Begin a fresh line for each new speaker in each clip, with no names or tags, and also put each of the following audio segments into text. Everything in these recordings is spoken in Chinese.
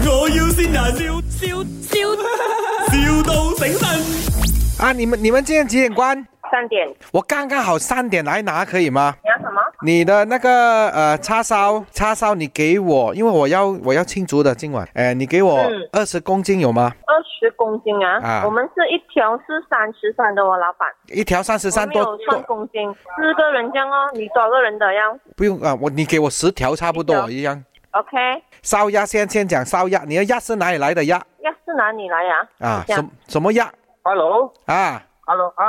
先啊，笑笑笑，,笑到醒神。
啊，你们你们今天几点关？
三点，
我刚刚好三点来拿，可以吗？
你要什么？
你的那个呃叉烧，叉烧你给我，因为我要我要庆祝的今晚。哎、你给我
嗯
二十公斤有吗？
二十公斤啊！
啊
我们是一条是三十三的哦，老板。
一条三十
我
三
没
多
有
多
算公斤，四个人这样哦，你多少个人的要
不用啊，我你给我十条差不多
十条
一样。
？OK，
烧鸭先先讲烧鸭，你的鸭是哪里来的鸭
要是哪里来呀、
啊？
鸭
什什么鸭
Hello，Hello
啊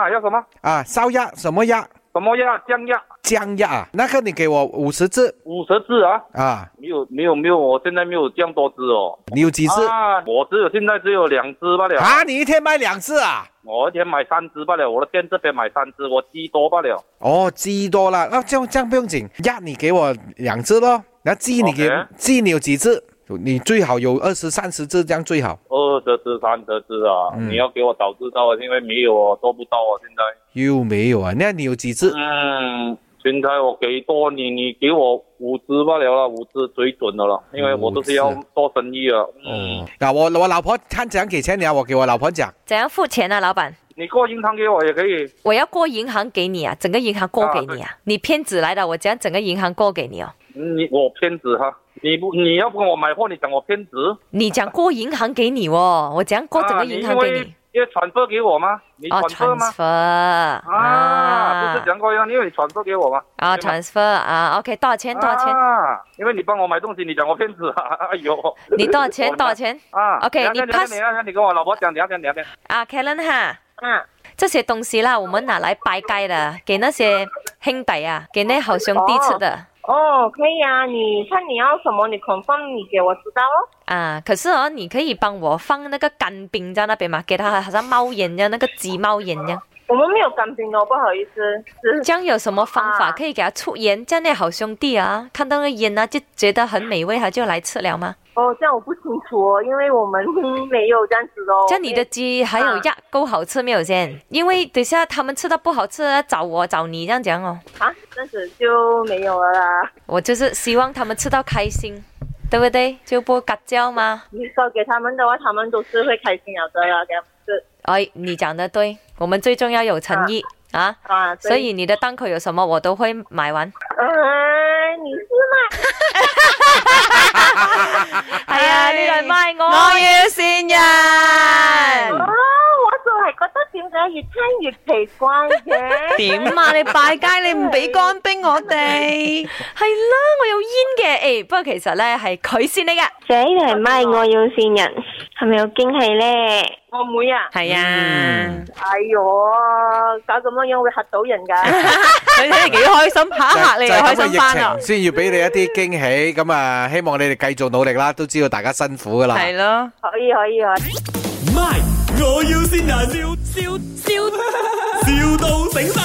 啊，要什么？
啊？烧鸭什么鸭？
什么鸭？酱鸭？
姜鸭啊？那个你给我五十只
五十只啊？
啊？
没有没有没有，我现在没有这样多只哦。
你有几啊只啊
啊，我只有现在只有两只罢了。
你一天卖两只啊？
我一天买三只罢了，我的店这边买三只，我鸡多罢了。
哦，鸡多了，那、这样这样不用紧，鸭你给我两只咯，然后鸡你给
OK
鸡你有几只？你最好有二十三十只，这样最好。
二十只、三十只啊！
嗯
你要给我早知道啊，因为没有哦，做不到啊，现在。
又没有啊？那你有几只？
嗯，现在我给多你，你给我五只罢了啦，五只最准的了，因为我都是要
五只
做生意啊。嗯
哦，，那我我老婆看怎样给钱你啊，我给我老婆讲。
怎样付钱呢、啊老板？
你过银行给我也可以。
我要过银行给你啊，整个银行过给你啊！你骗子来的，我怎样整个银行过给你哦？
你我骗子哈！你不你要不跟我买货，你讲我骗子？
你讲过银行给你哦，我怎样过整个银行给
啊、
你
因？为因为转发给我吗？你
哦
转发吗？
，transfer 啊
啊，不是讲过样，因为你转发给我吗？
啊
对吗
，transfer 啊，OK，多少钱？多少钱？
啊，因为你帮我买东西，你讲我骗子啊！ 哎呦，
你多少钱？
我
多少钱？
啊
OK，
等一下等一
你
下
pass
等一下你跟我老婆讲，等一下等一下等一下
啊，Karen 哈，
啊？
这些东西啦，我们拿来拜街的，给那些兄弟啊，给那好兄弟吃的。
哦，可以啊，你看你要什么，你 confirm 你给我知道哦。
啊，可是哦，你可以帮我放那个干冰在那边吗？给它好像猫眼一样，那个鸡猫眼一样。
我们没有干冰哦，不好意思，是
这样有什么方法
啊
可以给它出烟？这样那好兄弟啊，看到那个烟啊，就觉得很美味，他就来吃了吗？
哦，这样我不清楚哦，因为我们没有这样子哦。
这样你的鸡还有鸭够好吃没有先？因为等一下他们吃到不好吃的找我找你这样讲哦。
啊，这样子就没有了啦。
我就是希望他们吃到开心，对不对？就不嘎叫吗？
你说给他们的话，他们都是会开心了的啦，给他们吃
哎，你讲的对，我们最重要有诚意啊。
啊。
所以你的档口有什么我都会买完。
哎，你是吗？
系啊，你嚟卖我，
我要善
哦，
嗯
人。。
我就係覺得點解越聽越奇怪嘅
点啊？你拜街你唔俾干冰我 哋，
系啦，我有烟嘅。诶、不過其實咧係佢先嚟嘅。
这呢系咪我要善人，系咪有惊喜呢？
我妹啊，
系啊，
嗯
哎喲，搞咁樣樣會嚇到人㗎。
你睇你幾開心，下一下啊你
就
又
係
開
咁嘅
心翻啦
疫情，先要俾你一啲驚喜，咁啊希望你哋繼續努力啦，都知道大家辛苦噶啦。
係啊咯。
可以可以可以。
My，我要先啊，笑笑笑，,笑到醒神。